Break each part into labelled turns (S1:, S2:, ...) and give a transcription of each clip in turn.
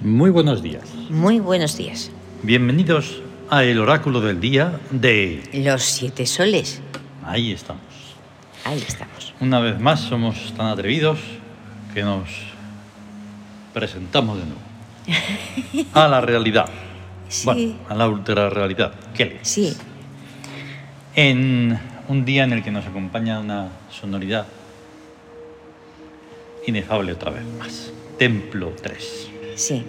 S1: Muy buenos días.
S2: Muy buenos días.
S1: Bienvenidos a el oráculo del día de...
S2: Los siete soles.
S1: Ahí estamos.
S2: Ahí estamos.
S1: Una vez más somos tan atrevidos que nos presentamos de nuevo. A la realidad.
S2: Sí.
S1: Bueno, a la ultra realidad. ¿Qué le-
S2: Sí,
S1: En un día en el que nos acompaña una sonoridad inefable otra vez más. Templo 3.
S2: sí.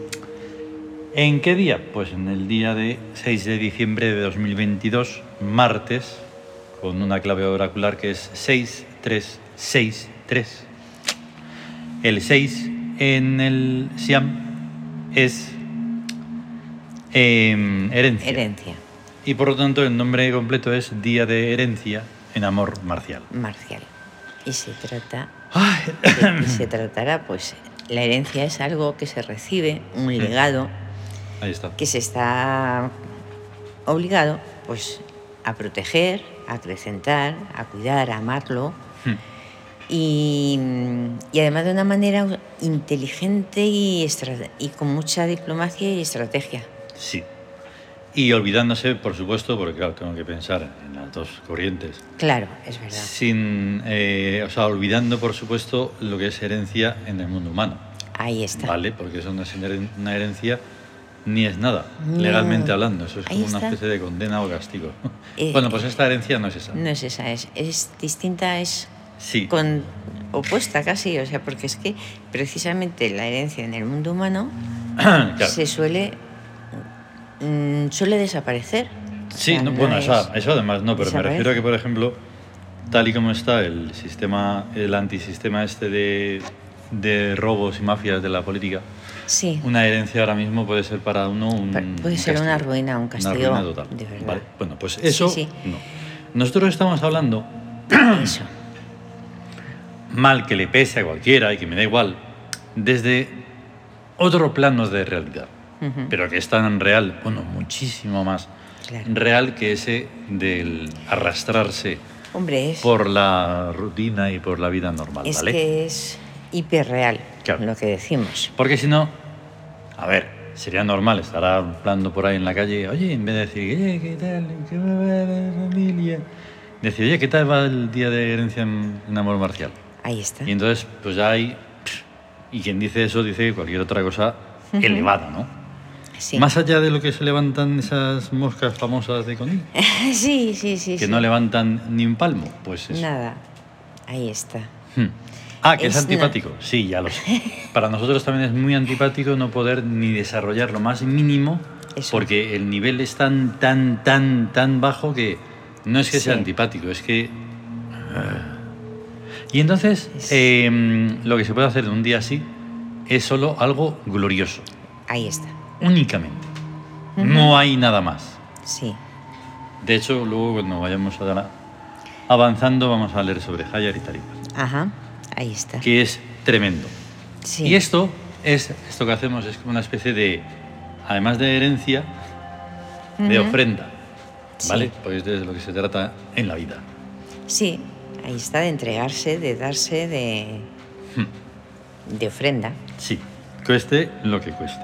S1: ¿En qué día? Pues en el día de 6 de diciembre de 2022, martes, con una clave oracular que es 6363. El 6 en el Siam es em, herencia.
S2: Herencia.
S1: Y por lo tanto el nombre completo es Día de Herencia en Amor Marcial.
S2: Marcial. Y se trata.
S1: Ay,
S2: de- y se tratará, pues. La herencia es algo que se recibe, un legado
S1: Ahí está.
S2: que se está obligado, pues, a proteger, a acrecentar, a cuidar, a amarlo.
S1: Hmm.
S2: Y, y además de una manera inteligente y, estra- y con mucha diplomacia y estrategia.
S1: Sí. Y olvidándose, por supuesto, porque claro, tengo que pensar en las dos corrientes.
S2: Claro, es verdad.
S1: Sin, eh, o sea, olvidando, por supuesto, lo que es herencia en el mundo humano,
S2: Ahí está.
S1: ¿vale? Porque eso no es heren- una herencia ni es nada,
S2: No.
S1: legalmente hablando. Eso es
S2: Ahí
S1: como una
S2: está.
S1: especie de condena o castigo.
S2: Eh,
S1: bueno, pues esta herencia no es esa.
S2: No es esa, es, es distinta, es
S1: Sí,
S2: con, opuesta casi, o sea, porque es que precisamente la herencia en el mundo humano
S1: claro.
S2: se suele mm, suele desaparecer. O
S1: Sí,
S2: sea,
S1: no,
S2: no
S1: bueno,
S2: es-
S1: esa- eso además no, pero me
S2: desaparece.
S1: refiero a que, por ejemplo, tal y como está el sistema, el antisistema este de, de robos y mafias de la política,
S2: Sí,
S1: Una herencia ahora mismo puede ser para uno un.
S2: Pa- puede
S1: un
S2: ser una ruina, un castigo,
S1: Una ruina total.
S2: de verdad.
S1: Vale, Bueno, pues eso
S2: sí.
S1: no. Nosotros estamos hablando,
S2: eso.
S1: mal que le pese a cualquiera y que me da igual, desde otro plano de realidad,
S2: Ujú,
S1: pero que es tan real, bueno, muchísimo más
S2: claro.
S1: real que ese del arrastrarse
S2: Hombre, es,
S1: por la rutina y por la vida normal,
S2: es
S1: ¿vale?
S2: que es hiperreal
S1: Claro.
S2: lo que decimos.
S1: Porque si no, a ver, sería normal estar hablando por ahí en la calle, oye, en vez de decir, oye, ¿qué tal? ¿Qué va a la familia? Decir, oye, ¿qué tal va el día de herencia en, en amor marcial?
S2: Ahí está.
S1: Y entonces, pues ya hay. Y quien dice eso dice cualquier otra cosa
S2: Ujú.
S1: elevada, ¿no?
S2: Sí.
S1: Más allá de lo que se levantan esas moscas famosas de Conil,
S2: sí, sí, sí.
S1: que
S2: sí.
S1: no levantan ni un palmo, pues eso.
S2: Nada. Ahí está.
S1: Hmm. Ah, que es,
S2: Es na-
S1: antipático. Sí, ya lo sé. Para nosotros también es muy antipático no poder ni desarrollar lo más mínimo,
S2: Eso.
S1: porque el nivel es tan, tan, tan, tan bajo que no es que sea
S2: Sí.
S1: antipático, es que. ah. Y entonces,
S2: Es-
S1: eh, lo que se puede hacer en un día así es solo algo glorioso,
S2: Ahí está.
S1: únicamente.
S2: Ujú.
S1: No hay nada más.
S2: Sí.
S1: De hecho, luego cuando vayamos a dar- avanzando, vamos a leer sobre Hayar y Tarifa,
S2: Ajá. Ahí está.
S1: que es tremendo.
S2: Sí.
S1: Y esto es esto que hacemos es como una especie de además de herencia de
S2: Ujú.
S1: ofrenda,
S2: Sí.
S1: ¿vale? Porque esto es de lo que se trata en la vida.
S2: Sí, ahí está de entregarse, de darse, de, de ofrenda.
S1: Sí, cueste lo que cueste.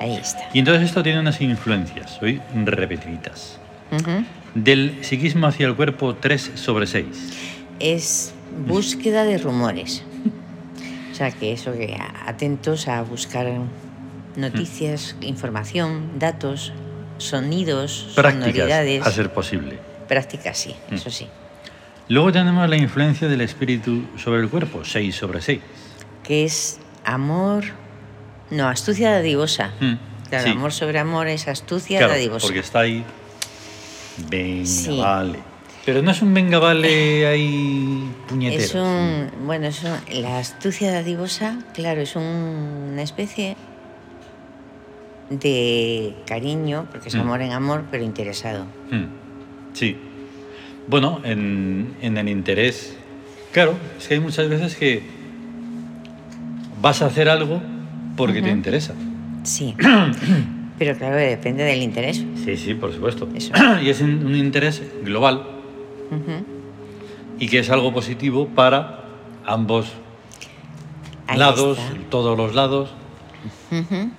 S2: Ahí está.
S1: Y entonces esto tiene unas influencias, hoy repetidas.
S2: Ujú.
S1: Del psiquismo hacia el cuerpo 3 sobre 6.
S2: Es búsqueda de rumores. O sea, que eso que a- atentos a buscar noticias, información, datos, sonidos,
S1: Prácticas,
S2: sonoridades.
S1: a ser Mm. posible.
S2: Prácticas, sí, eso sí.
S1: Luego tenemos la influencia del espíritu sobre el cuerpo, 6 sobre 6.
S2: Que es amor. No, astucia dadivosa.
S1: Mm,
S2: Claro,
S1: sí.
S2: amor sobre amor es astucia
S1: Claro,
S2: dadivosa.
S1: porque está ahí. Venga,
S2: Sí.
S1: vale. Pero no es un venga, vale ahí puñetero.
S2: Es un, bueno, es un- la astucia dadivosa, claro, es un- una especie de cariño, porque es
S1: Mm.
S2: amor en amor, pero interesado.
S1: Mm, Sí. Bueno, en, en el interés. Claro, es que hay muchas veces que vas a hacer algo porque te
S2: Ujú.
S1: interesa.
S2: Sí. pero claro, depende del interés.
S1: Sí, sí, por supuesto.
S2: Eso.
S1: Y es un un interés global
S2: Ujú.
S1: y que es algo positivo para ambos
S2: Ahí
S1: lados,
S2: está.
S1: todos los lados.
S2: Ujú.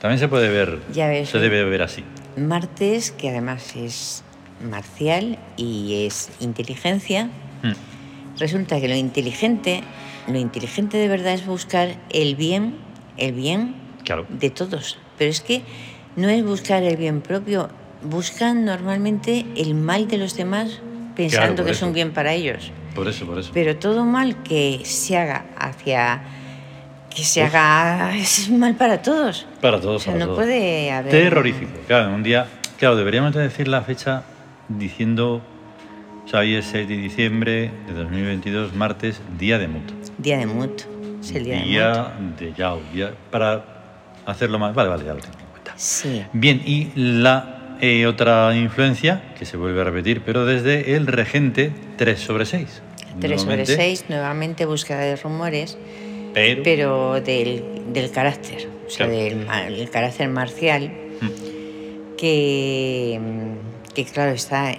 S1: También se puede ver,
S2: Ya ves,
S1: se
S2: ¿eh?
S1: debe ver así.
S2: Martes, que además es marcial y es inteligencia,
S1: Mm.
S2: resulta que lo inteligente, lo inteligente de verdad es buscar el bien, el bien
S1: Claro.
S2: de todos. Pero es que no es buscar el bien propio, buscan normalmente el mal de los demás pensando
S1: por
S2: que es
S1: eso.
S2: un bien para ellos.
S1: Por eso, por eso.
S2: Pero todo mal que se haga hacia que se
S1: Uf.
S2: haga es mal para todos.
S1: Para
S2: O
S1: todos,
S2: sea,
S1: para
S2: no
S1: todos.
S2: puede haber ¿eh?
S1: Terrorífico. Claro, un día. Claro, deberíamos de decir la fecha diciendo. O sea, hoy es 6 de diciembre de 2022, martes, día de Mut.
S2: Día de Mut. Es el día, de Mut.
S1: de Yao. día- para hacerlo más. Vale, vale, ya lo tengo en cuenta.
S2: Sí.
S1: Bien, y la eh, otra influencia, que se vuelve a repetir, pero desde el regente 3 sobre 6.
S2: 3 sobre
S1: Nuevamente,
S2: 6, nuevamente búsqueda de rumores,
S1: Pero.
S2: pero del, del carácter, o sea,
S1: Claro. Mm.
S2: del ma- el carácter marcial, que, mm, que claro, está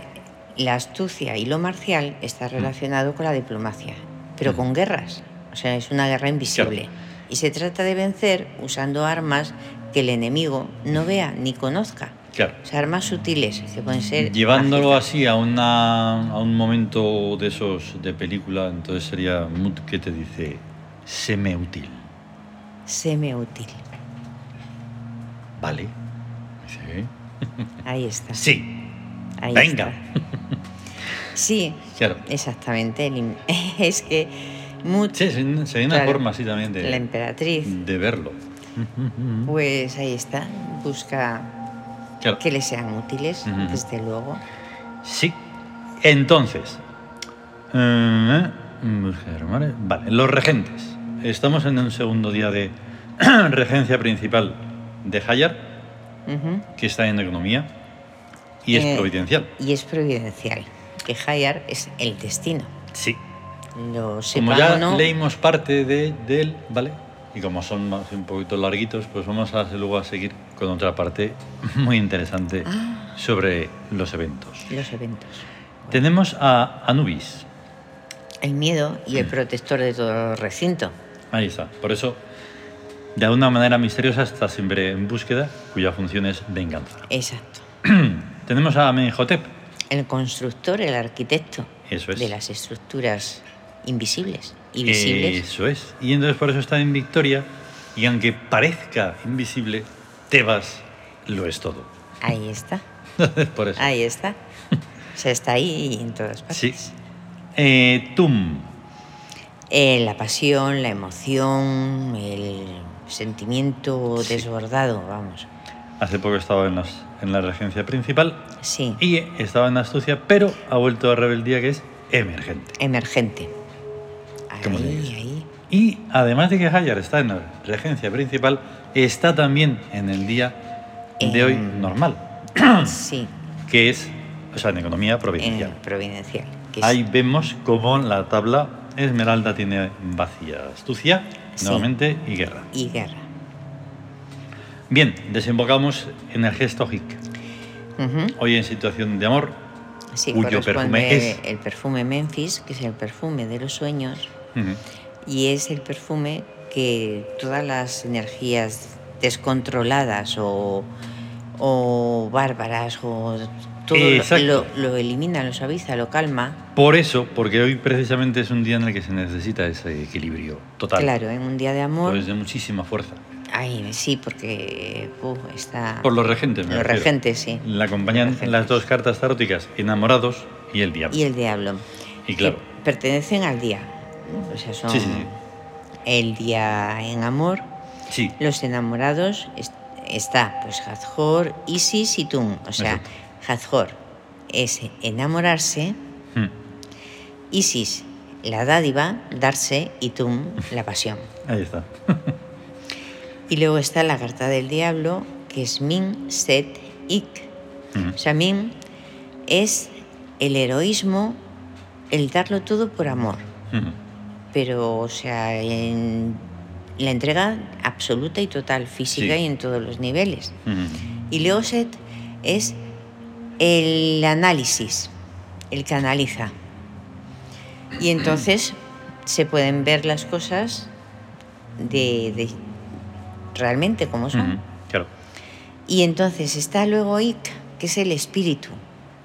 S2: la astucia y lo marcial está
S1: Mm.
S2: relacionado con la diplomacia, pero con guerras, o sea, es una guerra invisible. Y se trata de vencer usando armas que el enemigo no vea ni conozca.
S1: Claro.
S2: O sea, armas sutiles que pueden ser...
S1: Llevándolo así a, una, a un momento de esos de película, entonces sería Mut que te dice, seme útil.
S2: Semiútil.
S1: ¿Vale? Dice,
S2: Ahí está.
S1: Sí,
S2: Ahí
S1: venga.
S2: está. Sí,
S1: Claro.
S2: exactamente. el im- Es que mucho
S1: Sí, sería una
S2: Claro.
S1: forma así también
S2: la
S1: de,
S2: emperatriz,
S1: de verlo.
S2: pues ahí está, busca
S1: Claro.
S2: que le sean útiles,
S1: Ujú.
S2: desde luego.
S1: Sí. Entonces, eh, mujer, madre, vale, los regentes. Estamos en un segundo día de regencia principal de Hayar,
S2: Ujú.
S1: que está en economía y es
S2: Eh,
S1: providencial.
S2: Y es providencial, que Hayar es el destino.
S1: Sí.
S2: Lo
S1: Como
S2: sepamos
S1: ya
S2: o no.
S1: leímos parte de, de él, ¿vale? Y como son más un poquito larguitos, pues vamos a luego a seguir con otra parte muy interesante
S2: Ah.
S1: sobre los eventos.
S2: Los eventos.
S1: Tenemos a Anubis.
S2: El miedo y
S1: Mm.
S2: el protector de todo recinto.
S1: Ahí está. Por eso, de alguna manera misteriosa, está siempre en búsqueda, cuya función es venganza.
S2: Exacto.
S1: Tenemos a Amenhotep.
S2: El constructor, el arquitecto
S1: Eso es.
S2: de las estructuras invisibles y visibles.
S1: Eso es. Y entonces por eso está en Victoria. Y aunque parezca invisible, Tebas lo es todo.
S2: Ahí está.
S1: por eso.
S2: Ahí está. O sea, está ahí en todas partes.
S1: Sí. Eh, tum.
S2: Eh, la pasión, la emoción, el sentimiento
S1: Sí.
S2: desbordado, vamos.
S1: Hace poco estaba en, las- en la regencia principal
S2: Sí,
S1: y estaba en Astucia, pero ha vuelto a Rebeldía, que es emergente.
S2: emergente. Ahí,
S1: ¿Cómo le dices?
S2: ahí.
S1: Y además de que Hayar está en la regencia principal, está también en el día de hoy
S2: En-
S1: normal,
S2: Sí,
S1: que es, o sea, en economía Hmm. provincial.
S2: en providencial. que es-
S1: Ahí vemos cómo la tabla Esmeralda tiene vacía astucia,
S2: Sí.
S1: nuevamente, y guerra.
S2: Y guerra.
S1: Bien, desembocamos en el gesto Hic.
S2: Ujú.
S1: Hoy en situación de amor,
S2: Sí,
S1: Cuyo
S2: corresponde
S1: perfume es-
S2: el perfume Memphis, que es el perfume de los sueños,
S1: ujú,
S2: y es el perfume que todas las energías descontroladas o, o bárbaras o todo lo-
S1: Exacto.
S2: lo, lo elimina, lo suaviza, lo calma.
S1: Por eso, porque hoy precisamente es un día en el que se necesita ese equilibrio total.
S2: Claro, Ah. en un día de amor.
S1: Pues de muchísima fuerza.
S2: Ay, sí, porque uh, está.
S1: Por los regentes, me
S2: Los
S1: refiero. Mm.
S2: regentes, sí.
S1: La acompañan
S2: Los regentes.
S1: las dos cartas taróticas, enamorados y el diablo.
S2: Y el diablo.
S1: Y claro.
S2: Que pertenecen al día. ¿no? O sea, son
S1: Sí, sí, sí.
S2: el día en amor.
S1: Sí,
S2: Los enamorados es- está, pues, Hathor, Isis y Tum. O sea,
S1: Exacto.
S2: Hathor es enamorarse,
S1: Mm,
S2: Isis la dádiva, darse y Tum la pasión.
S1: ahí está.
S2: Y luego está la carta del diablo, que es Min, Set, Ik.
S1: Mm,
S2: O sea, Mim es el heroísmo, el darlo todo por amor,
S1: mm,
S2: pero, o sea, en la entrega absoluta y total, física
S1: Sí.
S2: y en todos los niveles.
S1: mm.
S2: Y Leoset es el análisis, el que analiza. Y entonces se pueden ver las cosas de, de realmente como son.
S1: Ujú. Claro.
S2: Y entonces está luego Ik, que es el espíritu,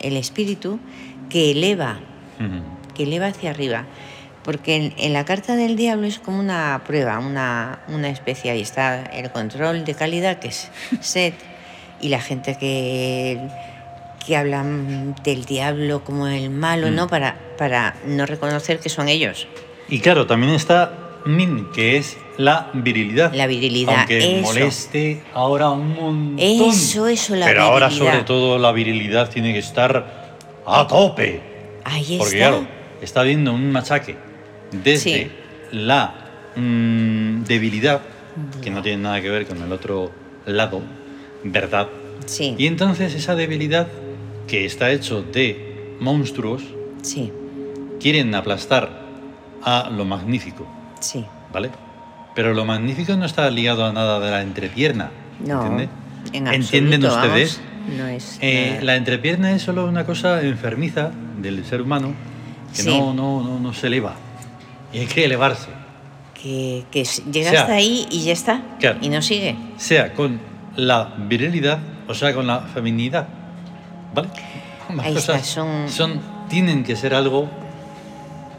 S2: el espíritu que eleva,
S1: Ujú.
S2: que eleva hacia arriba. Porque en, en la carta del diablo es como una prueba, una, una especie. Ahí está el control de calidad, que es SET, y la gente que, que habla del diablo como el malo,
S1: Mm.
S2: ¿no? Para, para no reconocer que son ellos.
S1: Y claro, también está Min, que es la virilidad.
S2: La virilidad,
S1: Aunque
S2: eso.
S1: moleste ahora un montón.
S2: Eso, eso, la
S1: Pero ahora,
S2: virilidad.
S1: sobre todo, la virilidad tiene que estar a tope.
S2: Ahí
S1: Porque,
S2: está.
S1: claro, está habiendo un machaque desde
S2: Sí.
S1: la mm, debilidad, que
S2: Ya.
S1: no tiene nada que ver con el otro lado, ¿verdad?
S2: Sí,
S1: Y entonces esa debilidad, que está hecho de monstruos,
S2: sí,
S1: quieren aplastar a lo magnífico.
S2: sí.
S1: ¿vale? Pero lo magnífico no está ligado a nada de la entrepierna.
S2: No,
S1: ¿entiende?
S2: en
S1: ¿Entienden
S2: absoluto, vamos,
S1: ustedes?
S2: no es
S1: Eh,
S2: nada.
S1: la entrepierna es solo una cosa enfermiza del ser humano que
S2: Sí.
S1: no, no, no, no se eleva. Y hay que elevarse,
S2: que, que s- llega
S1: O sea,
S2: hasta ahí y ya está.
S1: claro.
S2: Y no sigue.
S1: sea con la virilidad o sea con la feminidad. ¿Vale? Ambas
S2: Ahí está,
S1: cosas
S2: son-
S1: tienen que ser algo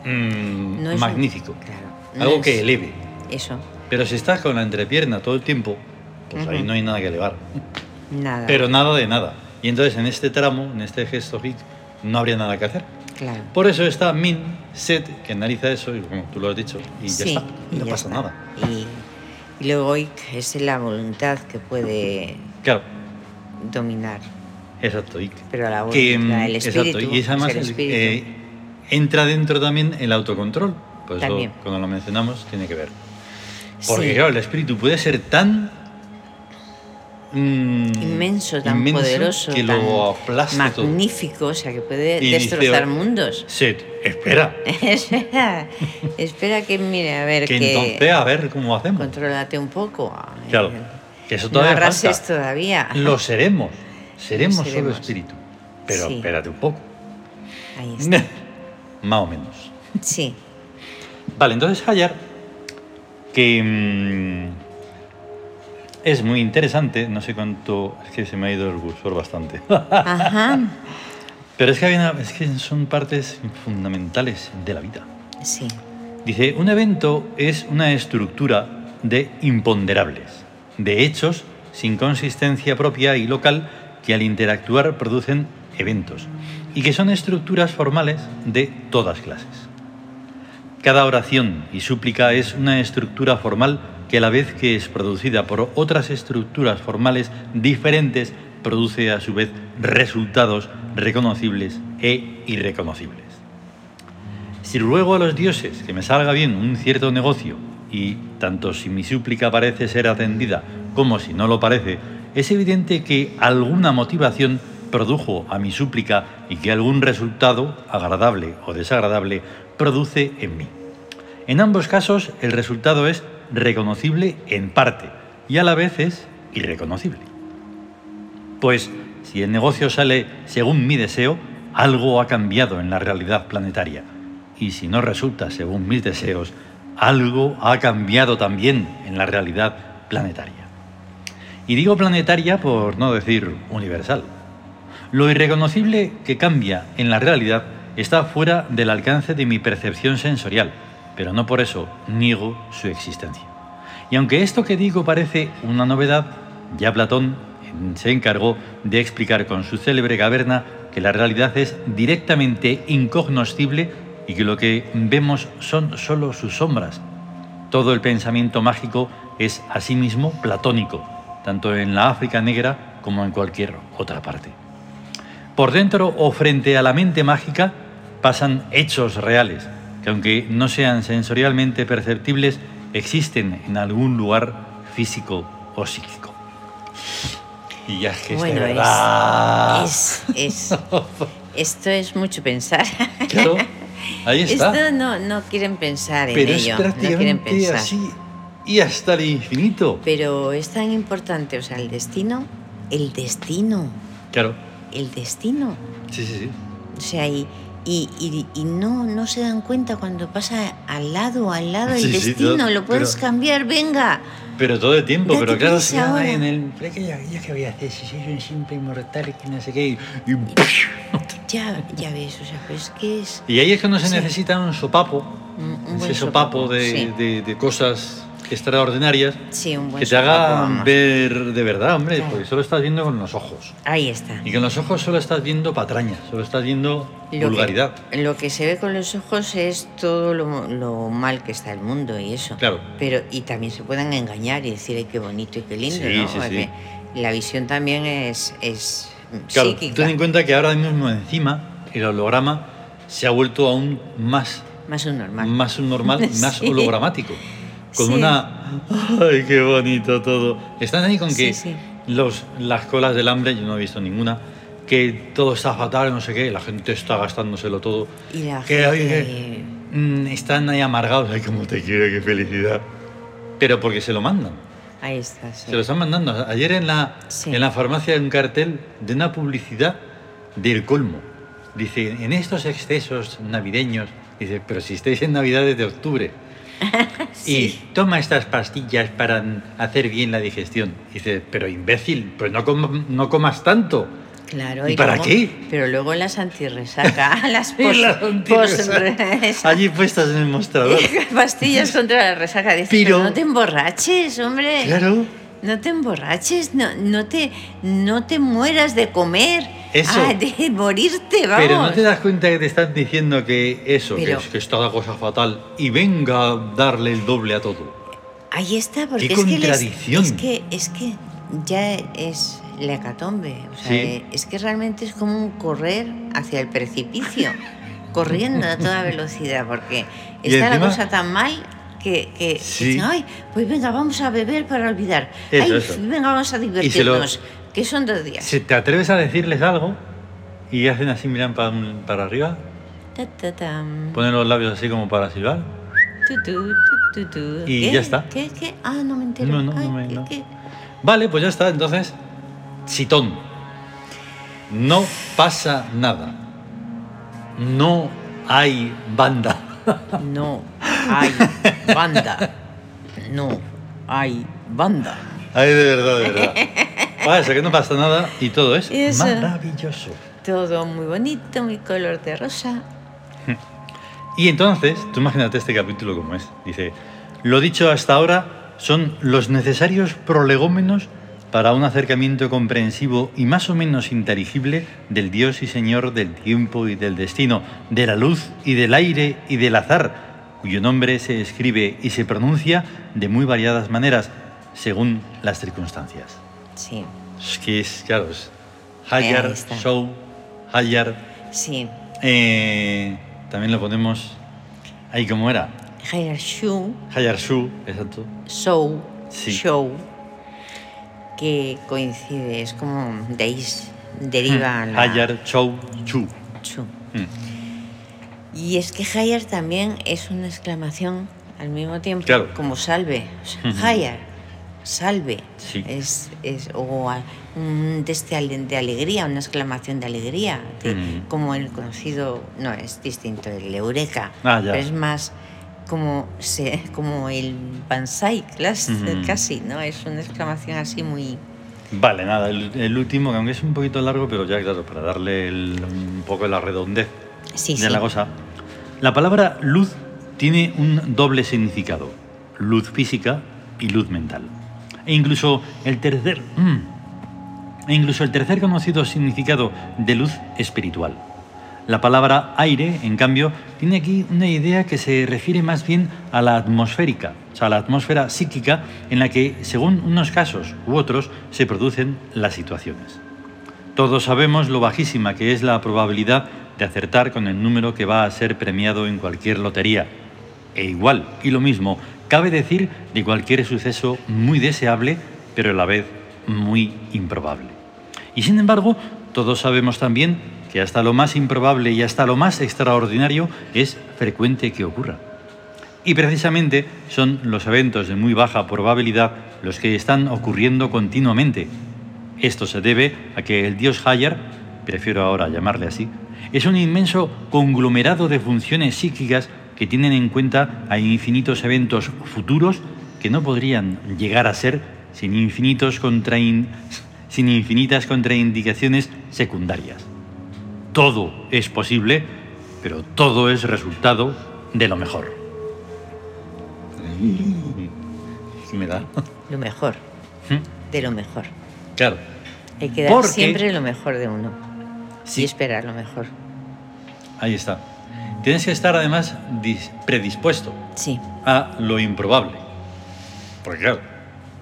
S1: mm,
S2: No es un-
S1: magnífico,
S2: claro, no
S1: algo
S2: es-
S1: que eleve.
S2: Eso,
S1: Pero si estás con la entrepierna todo el tiempo, pues ahí
S2: Ujú.
S1: no hay nada que elevar.
S2: nada.
S1: Pero nada de nada. Y entonces en este tramo, en este gesto hit, no habría nada que hacer.
S2: claro.
S1: Por eso está Min Set, que analiza eso, y como tú lo has dicho, y ya
S2: Sí,
S1: está. Y
S2: y
S1: no
S2: ya
S1: pasa
S2: está.
S1: nada.
S2: Y, y luego ik es la voluntad que puede
S1: Claro,
S2: dominar.
S1: exacto. Y,
S2: Pero a la voluntad,
S1: que, mm,
S2: el espíritu.
S1: exacto, y es además
S2: el
S1: el-
S2: espíritu.
S1: eh, entra dentro también el autocontrol. Por eso,
S2: También.
S1: cuando lo mencionamos, tiene que ver. Porque
S2: Sí.
S1: claro, el espíritu puede ser tan... mm,
S2: inmenso, tan
S1: inmenso
S2: poderoso,
S1: que
S2: tan
S1: lo aplasta todo.
S2: magnífico, o sea, que puede
S1: Y dice,
S2: destrozar
S1: "Oh,
S2: mundos.
S1: Set, espera,
S2: espera, espera que mire, a ver,
S1: que
S2: que
S1: entonces a ver cómo hacemos.
S2: contrólate un poco. ay,
S1: Claro, que eso
S2: No
S1: todavía
S2: arrases
S1: falta.
S2: todavía.
S1: Lo seremos, seremos, solo
S2: seremos.
S1: espíritu. Pero
S2: Sí.
S1: espérate un poco.
S2: Ahí está.
S1: Más o menos.
S2: Sí,
S1: Vale, entonces Hayar, que mm, es muy interesante, no sé cuánto, es que se me ha ido el cursor bastante. Ah.
S2: ajá,
S1: Pero es que, hay una- es que son partes fundamentales de la vida.
S2: sí,
S1: Dice, un evento es una estructura de imponderables, de hechos sin consistencia propia y local que al interactuar producen eventos, y que son estructuras formales de todas clases. Cada oración y súplica es una estructura formal que a la vez que es producida por otras estructuras formales diferentes, produce a su vez resultados reconocibles e irreconocibles. Si ruego a los dioses que me salga bien un cierto negocio, y tanto si mi súplica parece ser atendida como si no lo parece, es evidente que alguna motivación produjo a mi súplica y que algún resultado, agradable o desagradable, produce en mí. En ambos casos el resultado es reconocible en parte y a la vez es irreconocible. Pues si el negocio sale según mi deseo, algo ha cambiado en la realidad planetaria. Y si no resulta según mis deseos, algo ha cambiado también en la realidad planetaria. Y digo planetaria por no decir universal. Lo irreconocible que cambia en la realidad está fuera del alcance de mi percepción sensorial, pero no por eso niego su existencia. Y aunque esto que digo parece una novedad, ya Platón en- se encargó de explicar con su célebre caverna que la realidad es directamente incognoscible y que lo que vemos son solo sus sombras, todo el pensamiento mágico es asimismo platónico, tanto en la África negra como en cualquier otra parte. Por dentro o frente a la mente mágica pasan hechos reales, que aunque no sean sensorialmente perceptibles, existen en algún lugar físico o psíquico. Y ya es que es de
S2: Bueno, es-
S1: verdad.
S2: es, es, esto es mucho pensar.
S1: Claro, ahí está.
S2: Esto no, no quieren pensar en
S1: Pero es
S2: ello, no quieren
S1: prácticamente
S2: pensar.
S1: así y hasta el infinito.
S2: Pero es tan importante, o sea, el destino, el destino,
S1: Claro,
S2: el destino.
S1: sí, sí, sí.
S2: O sea, y, y, y- y no, no se dan cuenta cuando pasa al lado, al lado del
S1: Sí, sí,
S2: destino,
S1: no,
S2: lo puedes
S1: pero-
S2: cambiar, venga.
S1: Pero todo el tiempo,
S2: Date
S1: pero claro,
S2: prisa
S1: si anda
S2: ahora.
S1: en el. Pero es que yo, yo qué voy a hacer si soy un simple inmortal que no sé qué. Y, y,
S2: Ya, ya ves, o sea, pues es que es
S1: y ahí es cuando se
S2: Sí.
S1: necesita un sopapo,
S2: un, un buen
S1: ese sopapo, de,
S2: sí.
S1: de- de cosas extraordinarias
S2: Sí, un buen
S1: que te haga
S2: sopapo, vamos.
S1: ver de verdad, hombre,
S2: Claro.
S1: porque solo estás viendo con los ojos.
S2: Ahí está.
S1: Y con los ojos solo estás viendo patrañas, solo estás viendo
S2: Lo
S1: vulgaridad.
S2: que, lo que se ve con los ojos es todo lo, lo mal que está el mundo y eso.
S1: Claro.
S2: Pero, y también se pueden engañar y decir, ay, qué bonito y qué lindo,
S1: Sí,
S2: ¿no?
S1: sí,
S2: Porque La visión también es, es
S1: Claro,
S2: psíquica,
S1: ten en cuenta que ahora mismo encima el holograma se ha vuelto aún más,
S2: más un normal.
S1: más normal, más
S2: Sí.
S1: hologramático. Con
S2: Sí.
S1: una... ¡Ay, qué bonito todo! Están ahí con
S2: Sí,
S1: que
S2: sí.
S1: Los, las colas del hambre, yo no he visto ninguna, que todo está fatal, no sé qué, la gente está gastándoselo todo.
S2: Y la
S1: Que, oye,
S2: gente-
S1: que, mm, están ahí amargados, ay, cómo te quiero, qué felicidad. Pero porque se lo mandan.
S2: Ahí está, sí.
S1: Se lo están mandando. Ayer en la,
S2: Sí.
S1: en la farmacia hay un cartel de una publicidad del colmo. Dice, en estos excesos navideños, dice, pero si estáis en Navidades de octubre. Y toma estas pastillas para hacer bien la digestión. Dice, pero imbécil, pues no, com- no comas tanto.
S2: Claro.
S1: ¿Y para
S2: luego-
S1: qué?
S2: Pero luego las antirresaca, las
S1: Y
S2: pos,
S1: las
S2: pos-
S1: antirresas allí puestas en el mostrador.
S2: pastillas contra la resaca. Dices,
S1: Pero-
S2: "Pero no te emborraches, hombre.
S1: Claro.
S2: No te emborraches, no, no, te, no te mueras de comer.
S1: Eso.
S2: Ah, de morirte, vamos.
S1: Pero no te das cuenta que te están diciendo que eso, que,
S2: Pero-
S1: es, que es toda cosa fatal, y venga a darle el doble a todo.
S2: Ahí está, porque
S1: ¡Qué
S2: es que, les-
S1: contradicción!
S2: es que es que ya es la hecatombe. O sea,
S1: Sí.
S2: eh, es que realmente es como un correr hacia el precipicio, corriendo a toda velocidad, porque
S1: Y
S2: está la
S1: encima-
S2: cosa tan mal que, que
S1: Sí.
S2: dicen, ay, pues venga, vamos a beber para olvidar.
S1: Eso,
S2: ay,
S1: eso.
S2: venga, vamos a divertirnos. Que son dos días.
S1: Si te atreves a decirles algo y hacen así, miran pa- para arriba,
S2: Ta, ta, tam.
S1: ponen los labios así como para silbar.
S2: Tu, tu, tu, tu, tu.
S1: Y
S2: ¿Qué?
S1: ya está.
S2: ¿Qué? ¿Qué? Ah, no me entero.
S1: No, no,
S2: Ay,
S1: no me-
S2: ¿qué-
S1: no.
S2: qué?
S1: Vale, pues ya está, entonces, sitón. No pasa nada. No hay banda.
S2: No hay banda. No hay banda.
S1: Ay, de verdad, de verdad. Pasa que no pasa nada y todo es
S2: Eso.
S1: maravilloso.
S2: Todo muy bonito, muy color de rosa.
S1: Y entonces, tú imagínate este capítulo como es. Dice, lo dicho hasta ahora son los necesarios prolegómenos para un acercamiento comprensivo y más o menos inteligible del Dios y Señor del tiempo y del destino, de la luz y del aire y del azar, cuyo nombre se escribe y se pronuncia de muy variadas maneras, según las circunstancias.
S2: Sí,
S1: Es que es, claro, es
S2: Ahí
S1: Hayar,
S2: está.
S1: Show, Hayar,
S2: sí.
S1: eh, también lo ponemos ahí como era.
S2: Hair show,
S1: Hayarshu, exacto.
S2: show,
S1: Sí.
S2: show. Que coincide, es como de ahí s- deriva
S1: Hmm.
S2: la
S1: Mm, Hayar Chou Chu.
S2: chu.
S1: Mm.
S2: Y es que Hayar también es una exclamación al mismo tiempo,
S1: Claro.
S2: como salve. O
S1: Ujú.
S2: sea, Hayar, salve.
S1: Sí.
S2: Es, es- o a- un de, este ale- de alegría, una exclamación de alegría, que
S1: Ujú.
S2: como el conocido, no, es distinto, el eureka,
S1: Ah, ya.
S2: pero es más como, se, como el bansai clas-
S1: Ujú.
S2: casi, ¿no? Es una exclamación así muy...
S1: Vale, nada, el, el último, que aunque es un poquito largo, pero ya, claro, para darle el- un poco la redondez
S2: Sí,
S1: de
S2: sí.
S1: la cosa. La palabra luz tiene un doble significado: luz física y luz mental. E incluso el tercer. mm, e incluso el tercer conocido significado de luz espiritual. La palabra aire, en cambio, tiene aquí una idea que se refiere más bien a la atmosférica, o sea, a la atmósfera psíquica en la que, según unos casos u otros, se producen las situaciones. Todos sabemos lo bajísima que es la probabilidad de acertar con el número que va a ser premiado en cualquier lotería. E igual, y lo mismo, cabe decir de cualquier suceso muy deseable, pero a la vez muy improbable. Y sin embargo, todos sabemos también que hasta lo más improbable y hasta lo más extraordinario es frecuente que ocurra. Y precisamente son los eventos de muy baja probabilidad los que están ocurriendo continuamente. Esto se debe a que el dios Hayar, prefiero ahora llamarle así, es un inmenso conglomerado de funciones psíquicas que tienen en cuenta a infinitos eventos futuros que no podrían llegar a ser sin, infinitos contrain- sin infinitas contraindicaciones secundarias. Todo es posible, pero todo es resultado de lo mejor. Sí me da.
S2: Lo mejor,
S1: ¿Mm?
S2: de lo mejor.
S1: Claro.
S2: Hay que dar
S1: Porque-
S2: siempre lo mejor de uno
S1: Sí.
S2: y esperar lo mejor.
S1: Ahí está. Tienes que estar además dis- predispuesto
S2: Sí,
S1: a lo improbable. Porque claro,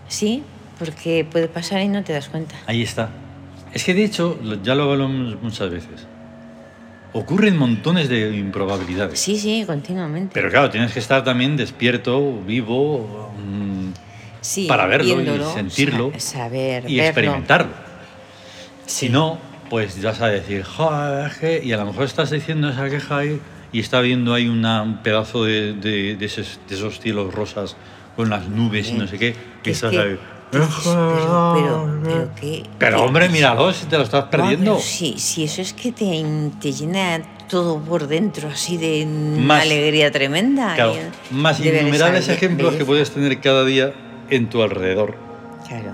S2: sí, porque puede pasar y no te das cuenta.
S1: ahí está. Es que de hecho, lo- ya lo hablamos muchas veces, ocurren montones de improbabilidades.
S2: Sí, sí, continuamente.
S1: Pero claro, tienes que estar también despierto, vivo mm,
S2: Sí,
S1: para verlo y
S2: viéndolo,
S1: sentirlo
S2: sa- saber,
S1: y
S2: verlo.
S1: experimentarlo.
S2: Sí.
S1: Si no, pues vas a decir, "Joder, es que-", y a lo mejor estás diciendo esa queja ahí y está viendo ahí una- un pedazo de, de- de esos, de esos cielos rosas con las nubes y no sé qué, que
S2: Es
S1: estás
S2: que-
S1: ahí.
S2: dices, pero, pero, pero, qué-
S1: Pero
S2: qué-
S1: hombre, míralo, si te lo estás
S2: Guau,
S1: perdiendo.
S2: pero sí, sí, eso es que te, te llena todo por dentro así de una
S1: Más-
S2: alegría tremenda.
S1: Claro,
S2: y-
S1: más
S2: de ver esa
S1: innumerables
S2: be-
S1: ejemplos que
S2: belleza.
S1: puedes tener cada día en tu alrededor,
S2: Claro,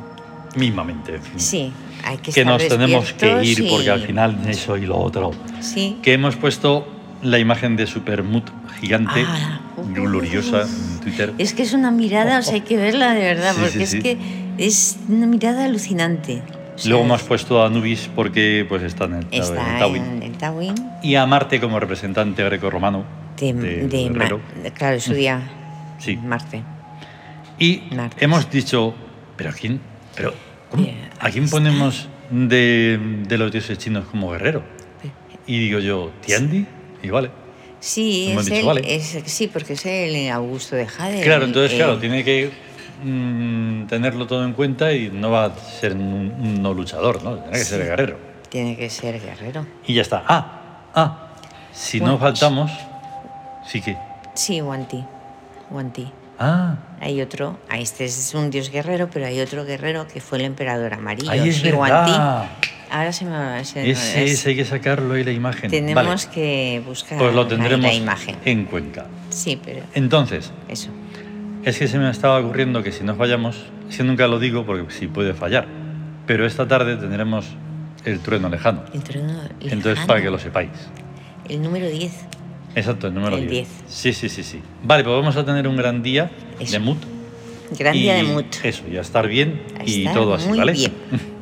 S1: mismamente. en fin.
S2: sí, hay que
S1: Mm. que
S2: estar
S1: nos tenemos que ir
S2: despiertos y-
S1: porque al final eso y lo otro.
S2: Sí,
S1: Que hemos puesto la imagen de Supermood gigante,
S2: Ah, uy.
S1: gloriosa en Twitter.
S2: es que es una mirada, o sea, hay que verla de verdad,
S1: Sí,
S2: porque
S1: sí,
S2: es
S1: sí.
S2: que es una mirada alucinante. o sea,
S1: Luego hemos puesto a Anubis porque pues está en el, en
S2: Está
S1: Tawin.
S2: en el Tawin
S1: Y a Marte como representante grecorromano
S2: de,
S1: de
S2: de Ma-
S1: Herrero.
S2: claro, su día
S1: Sí.
S2: Marte.
S1: Y
S2: Marte.
S1: hemos dicho, pero ¿a quién? Pero, ¿cómo?
S2: Bien,
S1: ¿A quién ponemos de, de los dioses chinos como guerrero? Y digo yo, ¿Tiandi? Y vale.
S2: Sí,
S1: Hemos
S2: es
S1: dicho,
S2: él,
S1: vale.
S2: es- sí, porque es el Augusto de Jade.
S1: Claro,
S2: el-
S1: entonces,
S2: el-
S1: claro, tiene que mm, tenerlo todo en cuenta y no va a ser un, un no luchador, ¿no? Tendrá que ser
S2: Sí.
S1: guerrero.
S2: tiene que ser guerrero.
S1: Y ya está. Ah, ah, si
S2: Bueno,
S1: no faltamos, sí que.
S2: Sí, Wanti. Wanti.
S1: Ah,
S2: Hay otro, ah, este es un dios guerrero, pero hay otro guerrero que fue el emperador amarillo.
S1: Ahí es
S2: sí,
S1: verdad.
S2: Guantí. Ahora se me se me-
S1: ese,
S2: es-
S1: ese hay que sacarlo y la imagen. Vale,
S2: Tenemos que buscar
S1: pues lo
S2: ahí
S1: tendremos
S2: la imagen.
S1: en Cuenca.
S2: Sí, pero
S1: Entonces,
S2: eso.
S1: es que se me estaba ocurriendo que si nos fallamos, si nunca lo digo porque sí puede fallar, pero esta tarde tendremos el trueno lejano.
S2: El trono
S1: Entonces,
S2: lejano,
S1: para que lo sepáis.
S2: El número 10.
S1: Exacto, el número
S2: El
S1: 10.
S2: 10.
S1: Sí, sí, sí, sí. Vale, pues vamos a tener un gran día
S2: Eso.
S1: de mood.
S2: Gran
S1: y
S2: día de Mut.
S1: Eso, y a estar bien
S2: A
S1: y
S2: estar
S1: todo así,
S2: muy
S1: ¿vale?
S2: bien.